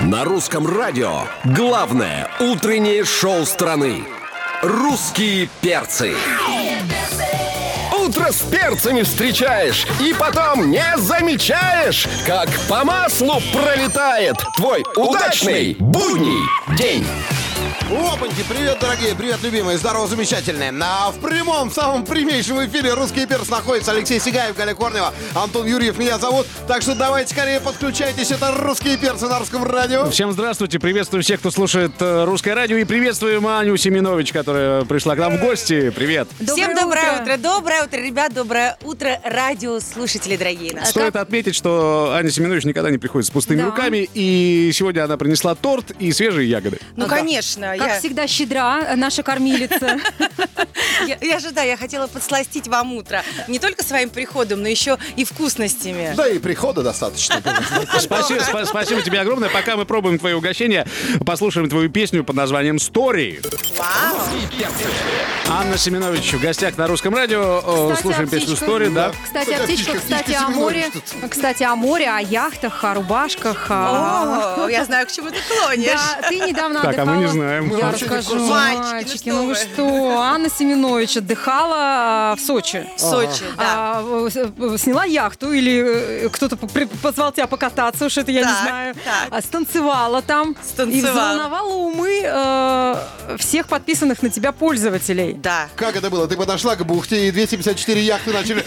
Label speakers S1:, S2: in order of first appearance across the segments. S1: На русском радио главное утреннее шоу страны. Русские перцы. Утро с перцами встречаешь и потом не замечаешь, как по маслу пролетает твой удачный будний день.
S2: Опаньки, привет, дорогие, привет, любимые, здорово, замечательные. А в прямом, самом прямейшем эфире «Русский перс» находится Алексей Сигаев, Галя Корнева, Антон Юрьев меня зовут. Так что давайте скорее подключайтесь, это «Русские перцы» на русском радио.
S3: Всем здравствуйте, приветствую всех, кто слушает э, русское радио, и приветствуем Аню Семенович, которая пришла к нам в гости. Привет.
S4: Всем
S5: Доброе
S4: доброе
S5: утро.
S4: утро. доброе утро, ребят, доброе утро, радиослушатели дорогие наши.
S3: Стоит отметить, что Аня Семенович никогда не приходит с пустыми
S5: Да.
S3: руками, и сегодня она принесла торт и свежие ягоды.
S4: Ну,
S5: Ага.
S4: конечно,
S5: Как
S4: я,
S5: всегда щедра э, наша кормилица.
S4: я, я же, да, я хотела подсластить вам утро. Не только своим приходом, но еще и вкусностями.
S2: Да и прихода достаточно.
S4: А,
S3: Спасибо, спа- спасибо тебе огромное. Пока мы пробуем твои угощения, послушаем твою песню под названием «Story». Анна Семенович в гостях на русском радио. Э,
S5: Кстати,
S3: Слушаем песню
S5: «Аптечка».
S3: «Story», да?
S5: Кстати,
S2: Такая
S5: аптечка,
S2: птичка,
S5: кстати,
S2: птичка
S5: о море.
S2: Семенович
S5: Кстати, о море, о яхтах, о рубашках. о-
S4: О, я знаю, к чему ты клонишь.
S5: Да, ты недавно
S3: Так, а мы
S5: отдыхала.
S3: не знаем. Мы
S5: Я
S2: вообще не в
S5: расскажу.
S2: курсе.
S4: Мальчики, ну
S5: ну вы
S4: что
S5: что, Анна Семенович отдыхала а, в Сочи.
S4: В Сочи, да.
S5: А, э, с- э, сняла яхту или э, кто-то по- при- позвал тебя покататься, уж это я
S4: Так,
S5: не знаю.
S4: так.
S5: А, станцевала там. И
S4: Станцевала.
S5: взволновала умы э, всех подписанных на тебя пользователей.
S4: Да.
S2: Как это было? Ты подошла к бухте, и 254 яхты начали...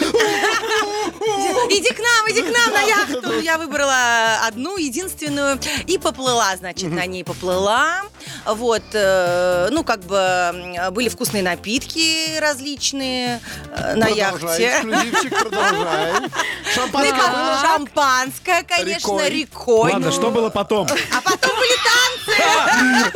S4: Иди к нам, иди к нам на яхту. Я выбрала одну, единственную, и поплыла, значит, на ней поплыла. Вот, э, ну, как бы м, были вкусные напитки различные э, на
S2: Продолжай,
S4: яхте.
S2: эксклюзивчик, продолжай.
S4: Ну, и как
S2: Шампанское.
S4: бы Шампанское, конечно,
S2: Рекой.
S4: рекой.
S3: Ладно, что было потом?
S4: А потом были танцы.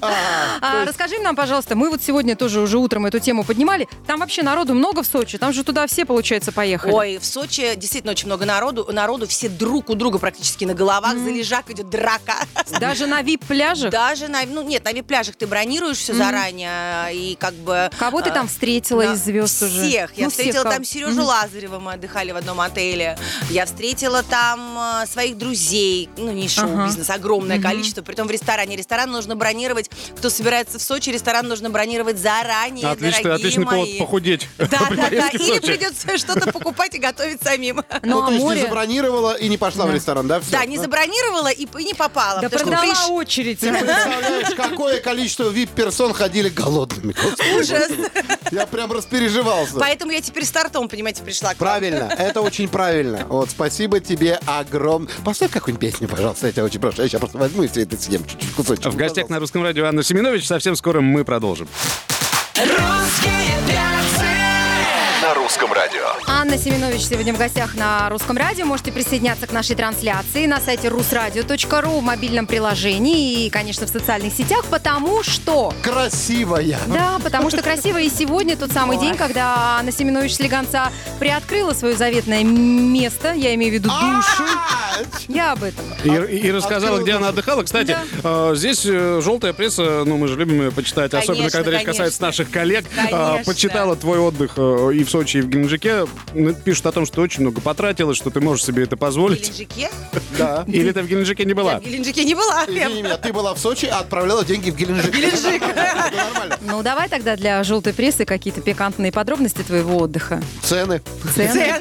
S5: А, Расскажи нам, пожалуйста, мы вот сегодня тоже уже утром эту тему поднимали. Там вообще народу много в Сочи, там же туда все, получается, поехали.
S4: Ой, в Сочи действительно очень много народу. Народу все друг у друга практически на головах. За лежак идет драка.
S5: Даже на вип-пляжах.
S4: Даже на, ну нет, на вип-пляжах ты бронируешь все заранее э, и как бы...
S5: Кого ты
S4: а,
S5: там встретила
S4: Да,
S5: из звезд уже?
S4: Всех. Я
S5: Ну, всех
S4: встретила
S5: кого?
S4: там Сережу
S5: Мгм.
S4: Лазарева, мы отдыхали в одном отеле. Я встретила там э, своих друзей. Ну, не шоу-бизнес, огромное количество. Притом в ресторане. Ресторан нужно бронировать. Кто собирается в Сочи, ресторан нужно бронировать заранее,
S3: Отлично,
S4: дорогие
S3: отличный повод
S4: мои.
S3: похудеть.
S4: Да,
S3: при
S4: да, да.
S3: поездке в
S4: Или
S3: Сочи.
S4: придется что-то покупать и готовить самим.
S5: Ну,
S2: Ну,
S5: а
S2: то есть не
S5: море?
S2: забронировала и не пошла в ресторан, да? всё?
S4: Да, не забронировала и и не попала.
S5: Да
S4: потому что
S5: продала
S4: приш-
S5: очередь.
S2: Ты представляешь, какое количество вип-персон ходили голодными. Господи,
S4: Ужас.
S2: Я прям распереживался.
S4: Поэтому я теперь стартом, понимаете, пришла к вам.
S2: Правильно, это очень правильно. Вот, спасибо тебе огромное. Поставь какую-нибудь песню, пожалуйста, я тебя очень прошу. Я сейчас просто возьму и все это съем чуть-чуть кусочек.
S3: В гостях на русском радио Анна Семенович. Совсем скоро мы продолжим.
S1: На русском радио.
S5: Анна Семенович сегодня в гостях на Русском радио. Можете присоединяться к нашей трансляции на сайте rusradio.ru в мобильном приложении и, конечно, в социальных сетях, потому что...
S2: Красивая.
S5: Да, потому что красиво. И сегодня тот самый день, когда Анна Семенович Слегонца приоткрыла свое заветное место, я имею в виду душу. Я об этом.
S3: И,
S4: А,
S3: и рассказала,
S2: открыла
S3: где она отдыхала. Кстати, э, здесь э, желтая пресса, ну, мы же любим ее почитать, особенно
S4: Конечно,
S3: когда речь
S4: конечно.
S3: касается наших коллег. Э,
S4: Конечно.
S3: почитала твой отдых э, и в Сочи, и в Геленджике. Ну, Пишут о том, что ты очень много потратилась, что ты можешь себе это
S4: В
S3: позволить.
S4: Геленджике?
S2: Да.
S3: Или ты в Геленджике не
S4: Я
S3: была?
S4: в Геленджике не была.
S2: Извини меня, ты была в Сочи, а отправляла деньги в Геленджик.
S4: Геленджик.
S2: Это нормально.
S5: Ну, давай тогда для желтой прессы какие-то пикантные подробности твоего отдыха.
S2: Цены.
S5: Цены.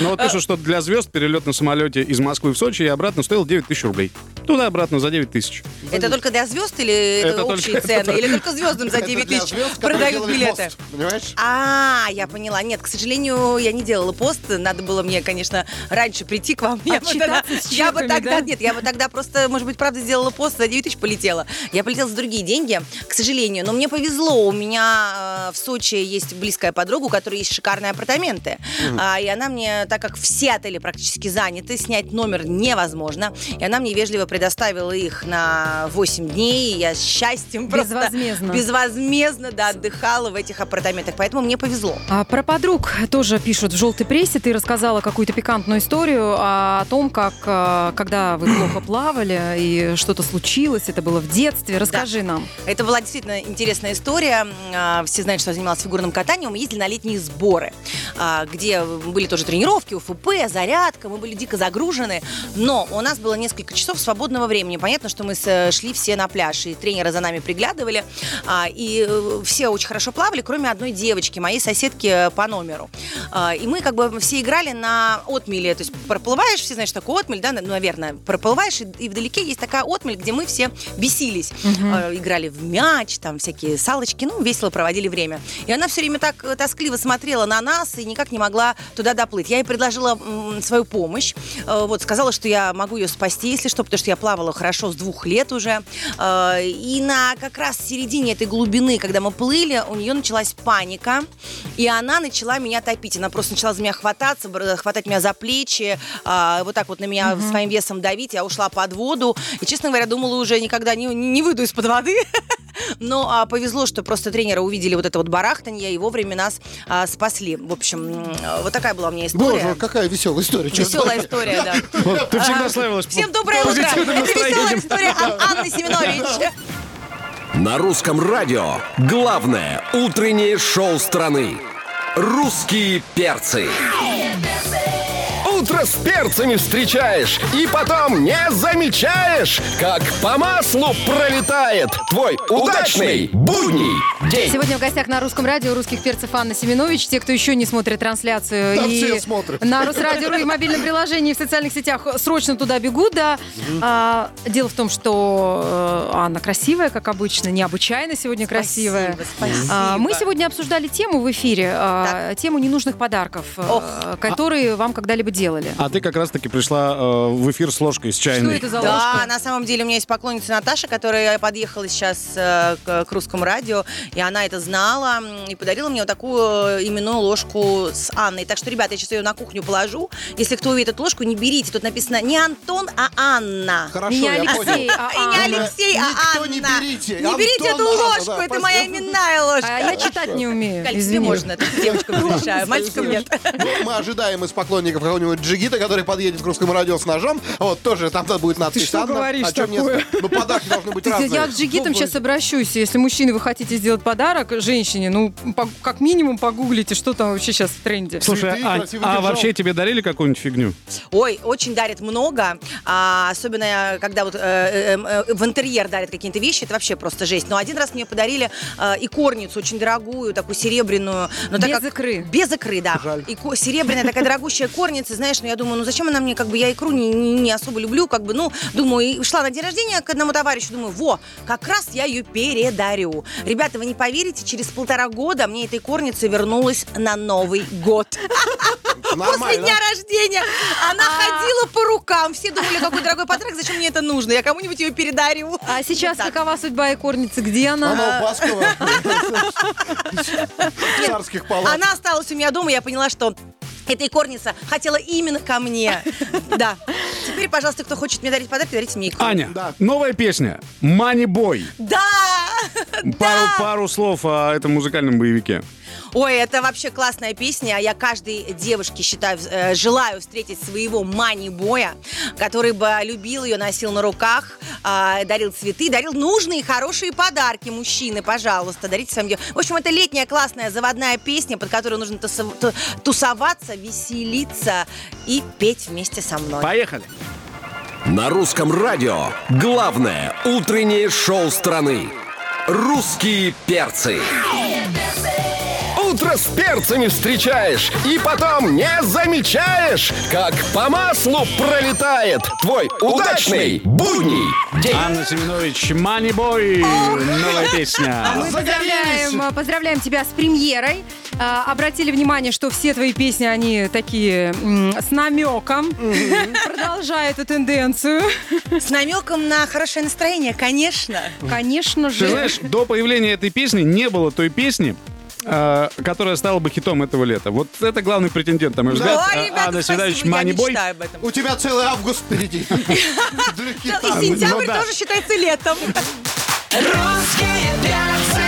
S3: Ну вот пишут, что для звезд перелет на самолете из Москвы в Сочи и обратно стоил 9 тысяч рублей. Туда-обратно за 9 тысяч.
S4: Это только для звезд или это
S3: только-
S4: общие цены? Или только звездам за 9
S2: Это для
S4: тысяч
S2: звезд, которые
S4: продают
S2: делали
S4: билеты?
S2: пост, Понимаешь?
S4: А, я поняла. Нет, к сожалению, я не делала пост. Надо было мне, конечно, раньше прийти к вам. Я бы тогда,
S5: Отчитаться с
S4: я бы
S5: чеками,
S4: тогда-
S5: да?
S4: нет, я бы тогда просто, может быть, правда, сделала пост, за 9 тысяч полетела. Я полетела за другие деньги, к сожалению. Но мне повезло. У меня э, в Сочи есть близкая подруга, у которой есть шикарные апартаменты. А, и она мне, так как все отели практически заняты, снять номер невозможно. И она мне вежливо предоставила их на 8 дней. И я с счастьем просто...
S5: Безвозмездно.
S4: Безвозмездно, да, отдыхала в этих апартаментах. Поэтому мне повезло.
S5: А про подруг тоже пишут в желтой прессе. Ты рассказала какую-то пикантную историю а, о том, как а, когда вы плохо плавали и что-то случилось, это было в детстве. Расскажи нам.
S4: Это была действительно интересная история. А, Все знают, что я занималась фигурным катанием. Мы ездили на летние сборы, а, где были тоже тренировки, УФП, зарядка. Мы были дико загружены. Но у нас было несколько часов свободного свободного времени. Понятно, что мы с- э, шли все на пляж, и тренеры за нами приглядывали, а, и э, все очень хорошо плавали, кроме одной девочки, моей соседки э, по номеру. А, И мы как бы все играли на отмеле, то есть проплываешь, все знаешь, что такое отмель, да, ну, наверное, проплываешь, и, и вдалеке есть такая отмель, где мы все бесились. А, Играли в мяч, там всякие салочки, ну, весело проводили время. И она все время так э, тоскливо смотрела на нас и никак не могла туда доплыть. Я ей предложила м, свою помощь, э, вот, сказала, что я могу ее спасти, если что, потому что я плавала хорошо с двух лет уже. Э, И на как раз середине этой глубины, когда мы плыли, у нее началась паника, и она начала меня топить. Она просто начала за меня хвататься, бр- э, хватать меня за плечи, а, вот так вот на меня своим весом давить. Я ушла под воду, и, честно говоря, думала уже никогда не, не выйду из-под воды. Но а, повезло, что просто тренера увидели вот это вот барахтанье и вовремя нас а, спасли. В общем, м, а, вот такая была у меня история.
S2: Боже, какая веселая история. честно
S4: Веселая
S2: говоря.
S4: история, да.
S3: Вот, Ты всегда
S4: А,
S3: славилась
S4: Всем доброе утро.
S3: позитивным
S4: Это веселая
S3: настроением.
S4: история Ан- Анны Семенович.
S1: На русском радио главное утреннее шоу страны. Русские перцы. Утро с перцами встречаешь и потом не замечаешь, как по маслу пролетает твой удачный будний день.
S5: Сегодня в гостях на русском радио русских перцев Анна Семенович. Те, кто еще не смотрит трансляцию
S2: Да,
S5: и
S2: все смотрят.
S5: на Русрадио ну и в мобильном приложении и в социальных сетях срочно туда бегут, да. А, дело в том, что э, Анна красивая, как обычно, необычайно сегодня красивая.
S4: Спасибо, спасибо.
S5: А, Мы сегодня обсуждали тему в эфире, а, тему ненужных подарков, э,
S4: Ох.
S5: которые вам когда-либо делали.
S3: А ты как раз-таки пришла э, в эфир с ложкой, с
S5: Что
S3: чайной.
S5: это за
S4: Да,
S5: ложка?
S4: на самом деле у меня есть поклонница Наташа, которая подъехала сейчас э, к, к русскому радио, и она это знала м, и подарила мне вот такую э, именную ложку с Анной. Так что, ребята, я сейчас ее на кухню положу. Если кто увидит эту ложку, не берите. Тут написано не Антон, а Анна.
S2: Хорошо,
S5: Не
S2: я
S5: Алексей,
S2: понял.
S5: а
S4: И
S5: Анна.
S4: не Алексей, а
S2: Никто
S4: Анна.
S2: не берите.
S4: Не берите
S2: Антон,
S4: эту
S2: Анна,
S4: ложку,
S2: да,
S4: это
S2: спасибо.
S4: моя именная ложка.
S5: А я читать не умею.
S4: Галь, тебе
S5: извини.
S4: можно, ты девочкам разрешаю, мальчикам нет.
S2: Ну, Мы ожидаем из поклонников какого-нибудь джигита, который подъедет к русскому радио с ножом. Вот тоже там будет надпись
S5: что
S2: «Анна»,
S5: говоришь
S2: о чем не
S5: такое?
S2: знаю. Ну, подарки должны быть
S5: Ты-
S2: разные.
S5: Я к джигитам
S2: Ну,
S5: сейчас обращусь. Если мужчины, вы хотите сделать подарок женщине, ну, по- как минимум погуглите, что там вообще сейчас в тренде.
S3: Слушай,
S2: Цветы,
S3: Ань,
S2: красивый
S3: а
S2: кинжал.
S3: вообще тебе дарили какую-нибудь фигню?
S4: Ой, очень дарит много, а, особенно э, когда вот э, э, э, в интерьер дарят какие-то вещи, это вообще просто жесть. Но один раз мне подарили э, икорницу очень дорогую, такую серебряную. Но так
S5: Без
S4: как-
S5: икры.
S4: Без икры, да. Ико- серебряная такая дорогущая корница, знаешь, ну я думаю, ну зачем она мне, как бы я икру не, не- не особо люблю, как бы, ну, думаю, и шла на день рождения к одному товарищу, думаю, во, как раз я ее передарю. Ребята, вы не поверите, через полтора года мне этой корница вернулась на Новый год. После
S2: Нормально.
S4: дня рождения она
S5: А.
S4: ходила по рукам. Все думали, какой дорогой подарок, зачем мне это нужно? Я кому-нибудь ее передарю.
S5: А сейчас
S4: Вот так.
S5: какова судьба и корницы? Где она?
S2: Она у Баскова. В царских палатах.
S4: Она осталась у меня дома, я поняла, что эта икорница хотела именно ко мне. Да. Теперь, пожалуйста, кто хочет мне дарить подарки, дарите мне икорницу.
S3: Аня, новая песня «Мани Бой».
S4: Да!
S3: Пару, пару слов о этом музыкальном боевике.
S4: Ой, это вообще классная песня. Я каждой девушке считаю, э, желаю встретить своего мани-боя, который бы любил ее, носил на руках, а, дарил цветы, дарил нужные хорошие подарки. Мужчины, пожалуйста, дарите своим девушкам. В общем, это летняя классная заводная песня, под которую нужно тусов- ту- тусоваться, веселиться и петь вместе со мной.
S3: Поехали.
S1: На русском радио главное утреннее шоу страны. Русские перцы. Утро с перцами встречаешь и потом не замечаешь, как по маслу пролетает твой удачный будний день.
S3: Анна Семенович, «Мани Бой», новая
S5: А
S3: песня.
S5: Мы поздравляем, э, поздравляем тебя с премьерой. А, обратили внимание, что все твои песни, они такие м, с намеком. Продолжай эту тенденцию.
S4: С намеком на хорошее настроение, конечно.
S5: Конечно же.
S3: Ты знаешь, до появления этой песни не было той песни, э, которая стала бы хитом этого лета. Вот это главный претендент, на мой взгляд.
S4: Ой,
S3: А-
S4: ребята,
S3: Анна
S4: спасибо,
S3: Семенович,
S4: я
S3: «Мани Бой».
S4: мечтаю об этом.
S2: У тебя целый август впереди. Ну,
S4: И
S2: Дрыхи там.
S4: сентябрь
S3: Ну да.
S4: тоже считается летом.
S6: Русские перцы!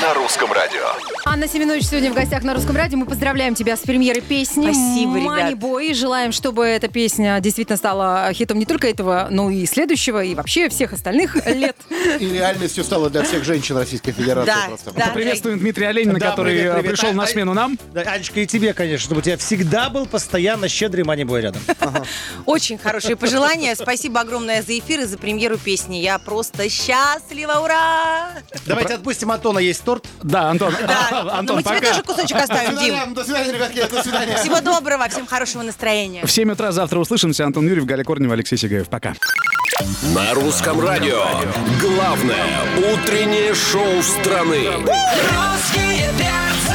S1: на русском радио.
S5: Анна Семенович сегодня в гостях на Русском радио. Мы поздравляем тебя с премьерой песни.
S4: Спасибо,
S5: Мани
S4: ребят.
S5: Бой. Желаем, чтобы эта песня действительно стала хитом не только этого, но и следующего, и вообще всех остальных лет.
S2: И реальностью стало для всех женщин Российской Федерации
S4: Да,
S2: просто.
S4: да.
S3: Приветствуем Дмитрия Оленина,
S6: Да,
S3: который
S6: привет,
S3: э,
S6: привет.
S3: пришел на
S6: А-
S3: смену нам.
S6: Да, Анечка, и тебе, конечно, чтобы у тебя всегда был постоянно щедрый манибой рядом.
S4: Очень хорошие пожелания. Спасибо огромное за эфир и за премьеру песни. Я просто счастлива, ура!
S6: Давайте отпустим Антона есть торт.
S3: Да, Антон.
S4: Да, ну,
S3: Антон,
S4: мы тебе
S3: пока.
S4: тоже кусочек оставим,
S2: До
S4: Дим.
S2: свидания, до свидания, ребятки, до свидания.
S4: Всего доброго, всем хорошего настроения.
S3: В 7 утра завтра услышимся. Антон Юрьев, Галя Корнева, Алексей Сигаев. Пока.
S1: На русском радио. Главное утреннее шоу страны.
S7: Русские перцы!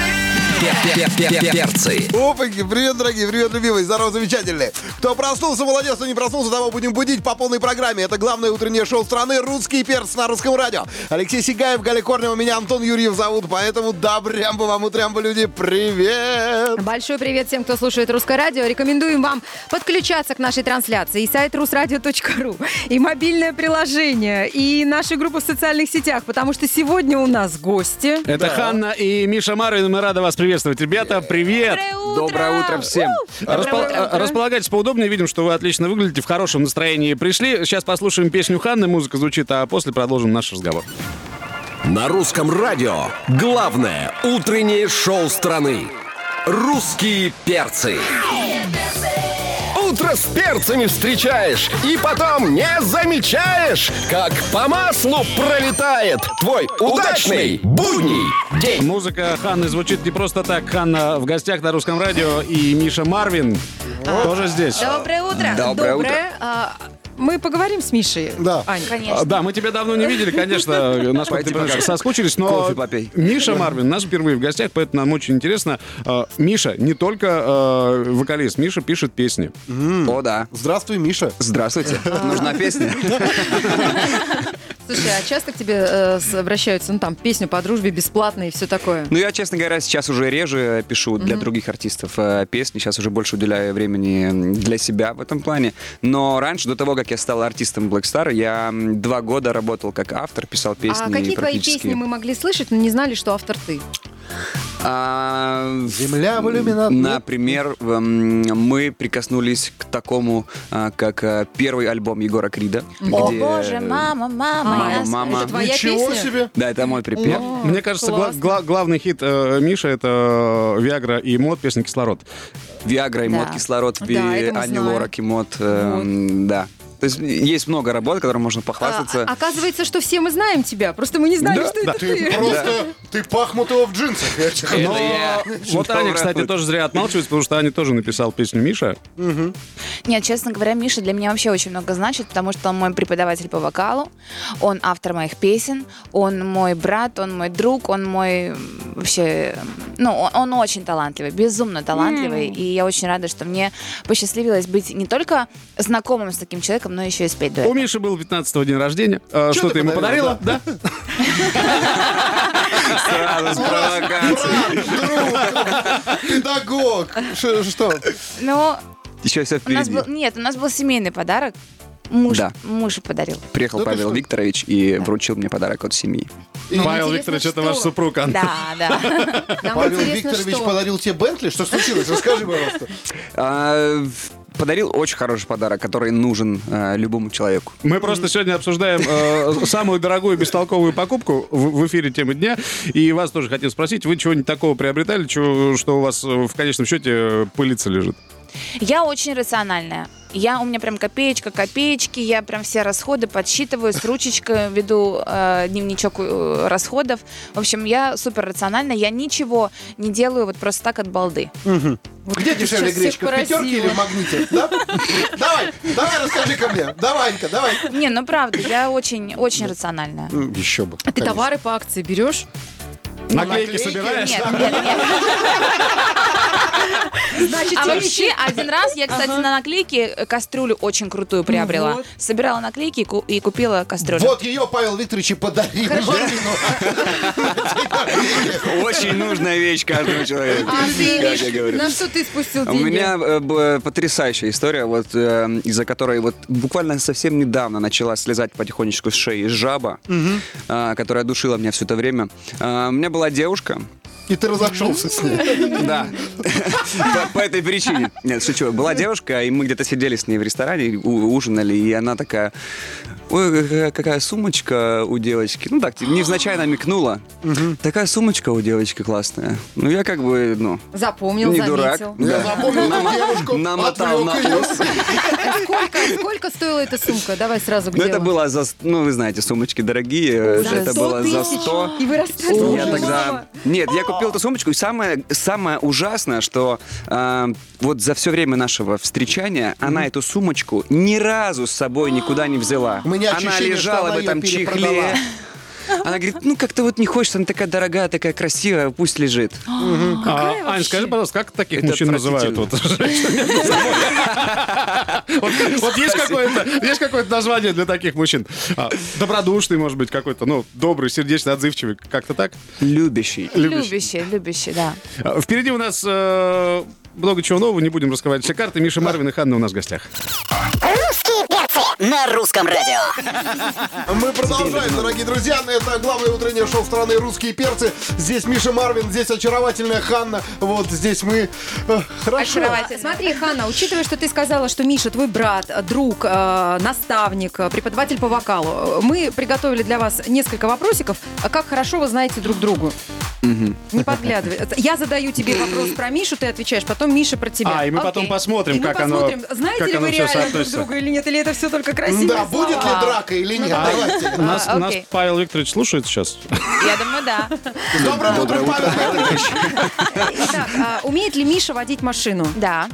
S1: Перцы.
S2: Опаньки, привет, дорогие, привет, любимые, здорово, замечательные. Кто проснулся, молодец, кто не проснулся, того будем будить по полной программе. Это главное утреннее шоу страны «Русский перц» на русском радио. Алексей Сигаев, Галя Корнева, меня Антон Юрьев зовут, поэтому добрямбо вам, утрямбо, люди, привет!
S5: Большой привет всем, кто слушает Русское радио. Рекомендуем вам подключаться к нашей трансляции. И сайт русрадио.ру, и мобильное приложение, и наши группы в социальных сетях, потому что сегодня у нас гости.
S3: Это Ханна и Миша Марвин. Мы рады вас приветствовать. Ребята, привет!
S8: Доброе утро всем.
S3: Распол- э, Располагайтесь поудобнее. Видим, что вы отлично выглядите, в хорошем настроении пришли. Сейчас послушаем песню Ханны, музыка звучит, а после продолжим наш разговор.
S1: На русском радио. Главное утреннее шоу страны. Русские перцы. Утро с перцами встречаешь и потом не замечаешь, как по маслу пролетает твой удачный будний день.
S3: Музыка Ханны звучит не просто так. Ханна в гостях на русском радио и Миша Марвин тоже здесь.
S5: Доброе утро.
S8: Доброе утро.
S5: А, Мы поговорим с Мишей.
S2: Да.
S5: Ань,
S3: А, Да, мы тебя давно не видели, конечно, насколько
S8: Пойди
S3: ты понимаешь,
S8: пока.
S3: соскучились, но
S8: Кофе попей.
S3: Миша Марвин у нас впервые в гостях, поэтому нам очень интересно. Э, Миша не только э, вокалист, Миша пишет песни.
S8: О, да.
S2: Здравствуй, Миша.
S8: Здравствуйте. Нужна песня?
S5: Слушай, а часто к тебе э, с- обращаются, ну там, песню по дружбе бесплатно и все такое?
S8: Ну, я, честно говоря, сейчас уже реже пишу для других артистов э, песни. Сейчас уже больше уделяю времени для себя в этом плане. Но раньше, до того, как я стал артистом Black Star, я м, два года работал как автор, писал песни
S5: а какие твои
S8: практически.
S5: песни мы могли слышать, но не знали, что автор ты?
S8: А, в-
S2: Земля в иллюминат-
S8: Например, в, м, мы прикоснулись к такому, а, как а, первый альбом Егора Крида.
S9: О
S8: где-
S9: боже, мама, мама,
S8: Мама,
S9: я
S8: мама.
S5: Это твоя
S2: Ничего
S5: песня?
S2: себе!
S8: Да, это мой припев.
S3: Мне кажется, гла-
S5: классно.
S3: гла- главный хит э, Миши это э, Виагра и Мод, песня Кислород.
S8: Виагра и
S9: Да.
S8: мод, кислород,
S5: Да,
S8: Ви-
S5: это мы
S8: Ани
S5: знаем.
S8: Лорак и мод. эм, Да. То есть есть много работ, которым можно похвастаться.
S5: А, оказывается, что все мы знаем тебя, просто мы не знали,
S8: Да,
S5: что это
S2: Ты
S5: ты.
S2: просто, ты пахмутого в джинсах. я тебе
S8: Это
S2: говорю.
S8: я.
S3: Вот
S8: Что
S3: Аня,
S8: врать
S3: кстати,
S8: будет?
S3: тоже зря отмалчивается, потому что Аня тоже написал песню Миша.
S9: Нет, честно говоря, Миша для меня вообще очень много значит, потому что он мой преподаватель по вокалу, он автор моих песен, он мой брат, он мой друг, он мой м, вообще... м, Ну, он, он очень талантливый, безумно талантливый, и я очень рада, что мне посчастливилось быть не только знакомым с таким человеком, но еще и спеть дуэт.
S3: У Миши был 15 день рождения. Э, Что ты ему подарила? Да.
S8: Сразу с провокацией.
S2: Друг, педагог. Ш- Что?
S9: Но
S8: Еще все
S9: у нас
S8: впереди.
S9: был... Нет, у нас был семейный подарок. Муж,
S8: Да.
S9: муж и подарил.
S8: Приехал
S5: Ну,
S2: Да ты
S8: Павел
S2: что?
S8: Викторович и вручил мне подарок от семьи.
S3: Павел
S5: интересно,
S3: Викторович, это
S5: что?
S3: ваш супруг, Анна.
S9: Да, да.
S5: Нам
S2: Павел
S5: интересно,
S2: Викторович
S5: что?
S2: подарил тебе Бентли? Что случилось? Расскажи, пожалуйста.
S8: А, в- Подарил очень хороший подарок, который нужен э, любому человеку.
S3: Мы просто сегодня обсуждаем э, самую дорогую бестолковую покупку в, в эфире темы дня. И вас тоже хотел спросить, вы чего-нибудь такого приобретали, чего- что у вас э, в конечном счете э, пылиться лежит?
S9: Я очень рациональная. Я, у меня прям копеечка, копеечки, я прям все расходы подсчитываю с ручечкой, веду э, дневничок э, расходов. В общем, я супер рациональная, я ничего не делаю вот просто так от балды.
S2: Где дешевле
S5: сейчас
S2: гречка, в
S5: всех
S2: пятерке или
S5: поразило.
S2: в магните? да? Давай, давай расскажи ко мне. Давай-ка, давай.
S9: Не, ну правда, я очень, очень рациональная.
S2: Еще бы.
S5: А ты товары по акции берешь?
S3: Наклейки
S2: Наклейки?
S3: собираешь?
S9: Нет, нет, нет.
S5: Значит,
S9: А
S5: тебе
S9: вообще, один раз я, кстати, на наклейке э, кастрюлю очень крутую приобрела.
S5: Ну вот.
S9: Собирала наклейки и ку- и купила кастрюлю.
S2: Вот ее Павел Викторович и подарил. ну, а
S8: Очень нужная вещь каждому человеку.
S5: А ты,
S8: как я говорю.
S5: на что ты спустил
S8: У
S5: деньги?
S8: меня э, б- потрясающая история, вот э, из-за которой вот буквально совсем недавно начала слезать потихонечку с шеи жаба, э, которая душила меня все это время. Э, У меня была девушка,
S2: И ты разошелся с ней.
S8: да, по- по этой причине. Нет, шучу. Была девушка, и мы где-то сидели с ней в ресторане, у- ужинали, и она такая... Ой, какая- какая сумочка у девочки. Ну так, невзначай намекнула. Такая сумочка у девочки классная. Ну я как бы, ну,
S5: Запомнил,
S8: не
S5: заметил.
S8: дурак.
S2: Я запомнил эту девушку,
S8: намотал на
S2: отвлек ее.
S8: ус.
S5: А Сколько, сколько стоила эта сумка? Давай сразу к
S8: Ну, это
S5: делу.
S8: было за... с- Ну, вы знаете, сумочки дорогие. э,
S5: За
S8: это
S5: 100
S8: было за
S5: тысяч?
S8: 100.
S5: И вы расстались?
S8: Я
S5: Ужас.
S8: тогда... Нет, я купил эту сумочку, и самое, самое ужасное, что э, вот за все время нашего встречания она эту сумочку ни разу с собой никуда не взяла.
S2: У меня
S8: она
S2: ощущение, что
S8: лежала
S2: она
S8: в
S2: её
S8: этом
S2: перепродала.
S8: чехле. Она говорит, ну как-то вот не хочется, она такая дорогая, такая красивая, пусть лежит.
S3: А, Ань, скажи, пожалуйста, как таких
S8: Это
S3: мужчин называют? Вот, Вот- вот есть какое-то есть какое-то название для таких мужчин? А, Добродушный, может быть, какой-то, ну, добрый, сердечно отзывчивый, как-то так?
S8: Любящий.
S9: Любящий, любящий, да.
S3: А, Впереди у нас э, много чего нового, не будем раскрывать все карты. Миша Марвин и Ханна у нас в гостях.
S7: На русском радио.
S2: Мы продолжаем, дорогие друзья. Это главное утреннее шоу страны «Русские перцы». Здесь Миша Марвин, здесь очаровательная Ханна. Вот здесь мы. Э, Хорошо.
S5: Очаровательно. Смотри, Ханна, учитывая, что ты сказала, что Миша твой брат, друг, э, наставник, э, преподаватель по вокалу, э, мы приготовили для вас несколько вопросиков. А Как хорошо вы знаете друг другу? Не подглядывай. Это Я задаю тебе вопрос про Мишу, ты отвечаешь, потом Миша про тебя.
S3: А, и мы
S5: Окей.
S3: потом посмотрим,
S5: И мы
S3: как оно-
S5: посмотрим, Знаете
S3: как
S5: ли
S3: оно
S5: вы
S3: всё
S5: реально друг
S3: соотносится.
S5: друга или нет, или это все только красиво?
S2: Да, будет ли драка или нет? Давайте.
S3: У нас,
S9: А,
S3: у нас
S9: окей.
S3: Павел Викторович слушает сейчас.
S9: Я думаю, да.
S2: Доброе утро, Павел Петрович.
S5: Итак, а, умеет ли Миша водить машину?
S9: Да.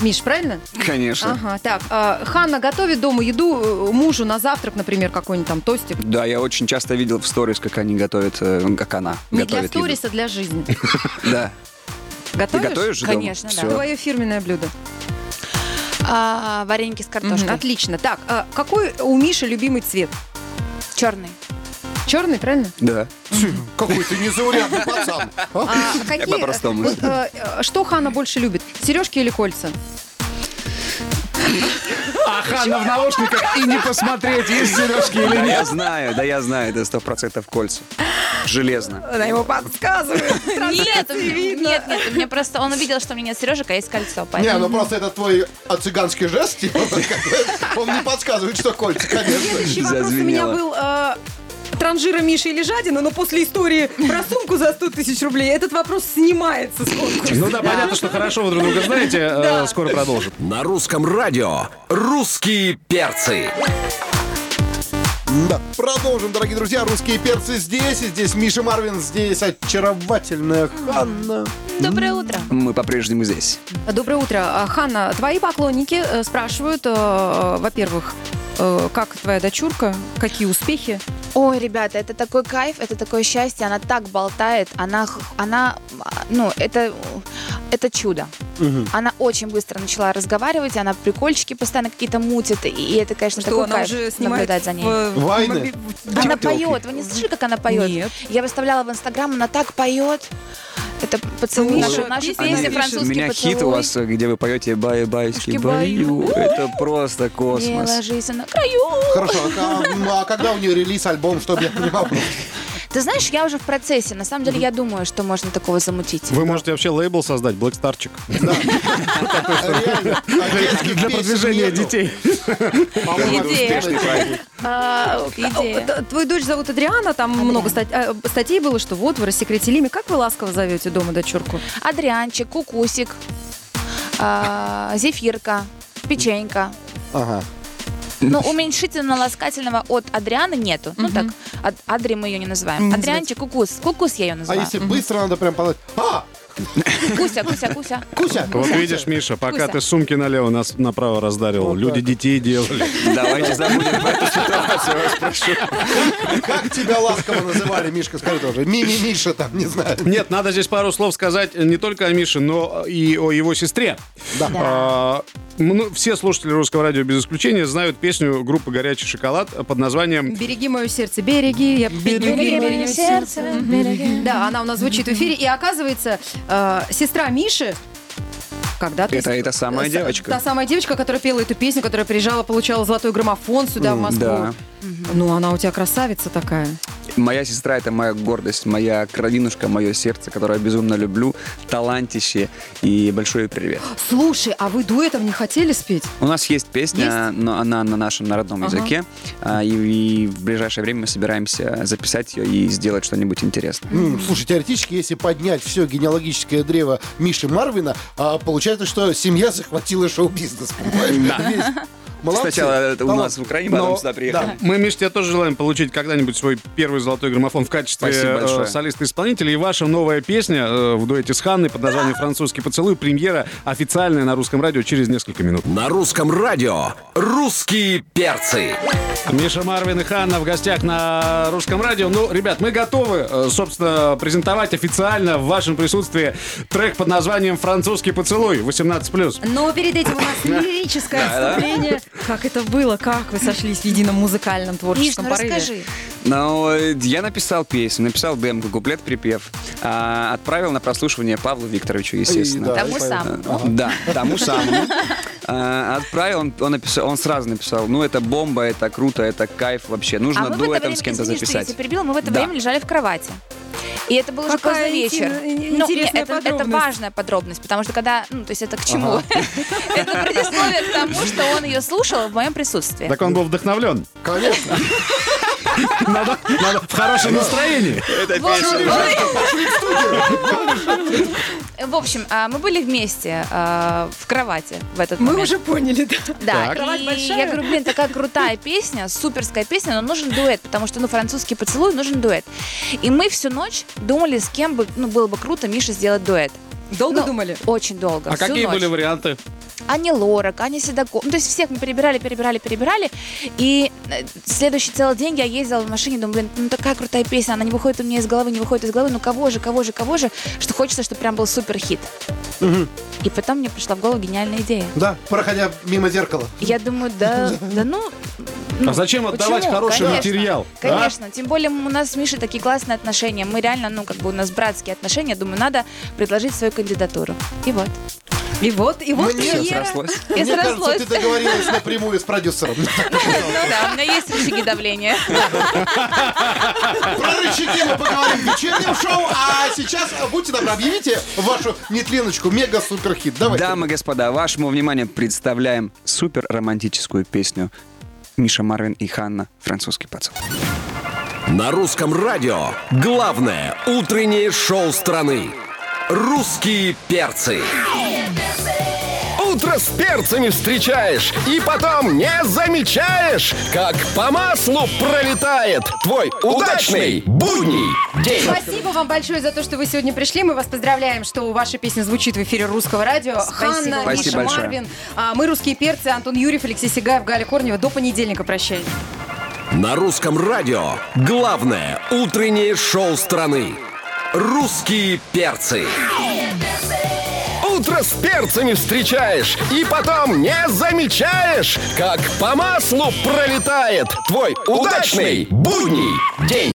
S5: Миш, правильно?
S8: Конечно.
S5: Ага, так, а, Ханна готовит дома еду э, мужу на завтрак, например, какой-нибудь там тостик.
S8: Да, я очень часто видел в сторис, как они готовят, э, как она
S5: Не для
S8: готовит еду.
S5: сторис, а для жизни.
S8: Да. Ты
S5: Готовишь?
S8: готовишь же дома?
S9: Конечно, да.
S8: Всё.
S5: Твое фирменное блюдо.
S9: А, Вареники с
S5: Мгм,
S9: картошкой.
S5: Отлично. Так, а какой у Миши любимый цвет?
S9: Черный.
S5: Черный, правильно?
S8: Да.
S2: Какой ты незаурядный пацан. А?
S5: А какие?
S8: по-простому.
S5: вот, э, э, что Ханна больше любит? Сережки или кольца?
S3: А Ханна в наушниках и не посмотреть, есть сережки или
S8: Да, я знаю, да, я знаю, это сто процентов кольца. Железно.
S5: Она ему подсказывает.
S9: Нет, нет, нет. Мне просто он увидел, что у меня нет сережек, а есть кольцо.
S2: Не,
S9: поэтому-
S2: ну просто это твой а, цыганский жест. типа, Он не подсказывает, что кольца, конечно.
S5: Следующий вопрос у меня
S8: Зазвенело.
S5: был... э, Транжира Миши или Жадина, но после истории про сумку за 100 тысяч рублей этот вопрос снимается с конкурса.
S3: Ну да, понятно, что хорошо вы друг друга знаете. Э, Скоро продолжим.
S1: На русском радио «Русские перцы».
S2: Да. Продолжим, дорогие друзья. Русские перцы здесь. И здесь Миша Марвин, здесь очаровательная Ханна.
S9: Доброе утро.
S8: Мы по-прежнему здесь.
S5: Доброе утро. А, Ханна, твои поклонники э, спрашивают, э, э, во-первых, э, как твоя дочурка, какие успехи?
S9: Ой, ребята, это такой кайф, это такое счастье, она так болтает, она, х- она, а, ну, это, это чудо. Она очень быстро начала разговаривать, она прикольчики постоянно какие-то мутит, и, и это, конечно, такой кайф наблюдать за ней.
S5: в-
S2: Вайны?
S5: моби- в-
S9: Она поет, вы не слышали, как она поет?
S5: Нет.
S9: Я выставляла в Инстаграм, она так поет. Это
S5: Ну,
S9: поцелуй, наши,
S5: Миша,
S9: наши
S5: песни
S8: Андрей,
S9: песни,
S5: пишет.
S8: у
S9: французский
S8: меня хит у
S9: поцелуй.
S8: вас, э, где вы поете «Баю-баюськи,
S9: Баю».
S8: баю». Это просто
S9: Не
S8: космос.
S9: ложись на краю.
S2: Хорошо, а, ка- ну, а когда у нее релиз, альбом, чтобы я понимал? Ну,
S9: Ты знаешь, я уже в процессе. На самом деле, я думаю, что можно такого замутить.
S3: Вы можете вообще лейбл создать, Black Starчик.
S2: Реально, а детских
S3: Для
S2: песен
S3: продвижения
S2: нету.
S3: детей.
S2: По-моему,
S9: Идея.
S2: успешный проект.
S5: А,
S9: Идея.
S5: т- Твою дочь зовут Адриана, там много стать- э, статей было, что вот вы рассекретили имя. Как вы ласково зовете дома дочурку?
S9: Адрианчик, кукусик, а, зефирка, печенька. Но уменьшительно ласкательного от Адриана нету. Ну так, Ад- Адри мы ее не называем.
S5: Не
S9: Адрианчик, кукус. Кукус я ее
S2: А
S9: называю.
S2: если быстро надо прям подать? А,
S9: Куся, Куся, Куся.
S2: Куся,
S3: Вот видишь, Миша, пока
S9: Куся.
S3: ты сумки налево нас направо раздарил, люди детей делали.
S8: Давайте забудем про эту ситуацию, я вас прошу.
S2: как тебя ласково называли, Мишка, скажи тоже. Мими-Миша там, не знаю.
S3: Нет, надо здесь пару слов сказать не только о Мише, но и о его сестре. А, мно- все слушатели русского радио без исключения знают песню группы «Горячий шоколад» под названием
S5: Береги мое сердце, береги. Я береги мое сердце. береги. Да, она у нас звучит в эфире. И оказывается, э, сестра Миши когда-то...
S8: Это- это самая
S5: С-
S8: девочка.
S5: Та самая девочка, которая пела эту песню, которая приезжала, получала золотой граммофон сюда, в Москву.
S8: да.
S5: Ну, она у тебя красавица такая.
S8: Моя сестра — это моя гордость, моя кровинушка, мое сердце, которое я безумно люблю, талантище и большой привет.
S5: Слушай, а вы дуэтом не хотели спеть?
S8: У нас есть песня, но она на нашем народном
S5: Ага.
S8: языке, а, и, и в ближайшее время мы собираемся записать ее и сделать что-нибудь интересное.
S2: М, Слушай, теоретически, если поднять все генеалогическое древо Миши Марвина, а, получается, что семья захватила шоу-бизнес. понимаешь? Весь. Молодцы.
S8: Сначала это у
S2: Талант.
S8: нас в Украине, потом
S3: Но-
S8: сюда приехали.
S3: Мы, Миш, тебе тоже желаем получить когда-нибудь свой первый золотой граммофон в качестве
S8: Спасибо большое.
S3: э, солиста-исполнителя. И ваша новая песня э, в дуэте с Ханной под названием «Французский поцелуй» премьера официальная на русском радио через несколько минут.
S1: На русском радио «Русские перцы».
S3: Миша Марвин и Ханна в гостях на русском радио. Ну, ребят, мы готовы, э, собственно, презентовать официально в вашем присутствии трек под названием «Французский поцелуй» 18+.
S5: Но перед этим у нас лирическое отступление. Как это было? Как вы сошлись в едином музыкальном
S9: Миш,
S5: творческом
S9: ну
S5: порыве?
S9: расскажи.
S8: Ну, э, я написал песню, написал демку, куплет, припев. а, отправил на прослушивание Павлу Викторовичу, естественно.
S2: да,
S9: Тому самому.
S8: Э, Да, тому самому. Э, Отправил, он, он, написал, он сразу написал, ну это бомба, это круто, это кайф вообще. Нужно
S9: а мы в это
S8: дуэтом
S9: время,
S8: с кем-то
S9: извини, что я
S8: записать.
S9: тебя перебила, мы в это
S8: Да.
S9: время лежали в кровати. И это был уже
S5: Какая
S9: поздно вечер.
S5: интим-
S9: Ну,
S5: интересная
S9: нет, это, это
S5: подробность.
S9: важная подробность, потому что когда, ну, то есть это к чему? Это предисловие к тому, что он ее слушал в моем присутствии.
S3: Так он был вдохновлен.
S2: Конечно.
S3: Надо, надо в хорошем настроении.
S9: В общем, он- В общем, а, мы были вместе а, в кровати в этот
S5: Мы
S9: момент.
S5: уже поняли, да.
S9: Да,
S3: Так.
S5: Кровать
S9: и
S5: большая?
S9: я говорю, блин, такая крутая песня, суперская песня, но нужен дуэт, потому что, ну, французский поцелуй, нужен дуэт. И мы всю ночь думали, с кем бы, ну, было бы круто Миша сделать дуэт.
S5: Долго
S9: Ну,
S5: думали?
S9: Очень долго,
S3: А
S9: всю
S3: какие
S9: ночь.
S3: были варианты?
S9: Аня Лорак, Аня Седоков. Ну, то есть всех мы перебирали, перебирали, перебирали. И э, следующий целый день я ездила в машине, думаю, блин, ну такая крутая песня, она не выходит у меня из головы, не выходит из головы, ну кого же, кого же, кого же, что хочется, чтобы прям был супер хит. И потом мне пришла в голову гениальная идея.
S2: Да, проходя мимо зеркала.
S9: Я думаю, да, да ну... ну,
S3: А зачем отдавать
S9: почему?
S3: хороший
S9: Конечно,
S3: материал, а? да?
S9: Конечно, тем более у нас с Мишей такие классные отношения. Мы реально, ну, как бы у нас братские отношения. Думаю, надо предложить свою кандидатуру. И вот.
S5: И вот, и
S9: Ну,
S5: вот
S2: Мне-
S8: Всё
S5: премьера.
S8: срослось.
S9: И
S2: Мне кажется,
S9: срослось.
S2: ты договорилась напрямую с продюсером.
S9: Ну да, у меня есть рычаги давления.
S2: Про рычаги мы поговорим в вечернем шоу, а сейчас а, будьте добры, объявите вашу нетленочку мега-супер-хит. Давайте.
S8: Дамы и господа, вашему вниманию представляем супер романтическую песню Миша Марвин и Ханна «Французский поцелуй».
S1: На русском радио главное утреннее шоу страны. Русские перцы. Утро с перцами встречаешь и потом не замечаешь, как по маслу пролетает твой удачный будний день.
S5: Спасибо вам большое за то, что вы сегодня пришли. Мы вас поздравляем, что ваша песня звучит в эфире Русского радио. Ханна,
S9: Спасибо
S5: Миша
S8: большое.
S5: Марвин, а, мы русские перцы, Антон Юрьев, Алексей Сигаев, Галя Корнева. До понедельника прощай.
S1: На русском радио главное утреннее шоу страны. Русские перцы. Утро с перцами встречаешь и потом не замечаешь, как по маслу пролетает твой удачный будний день.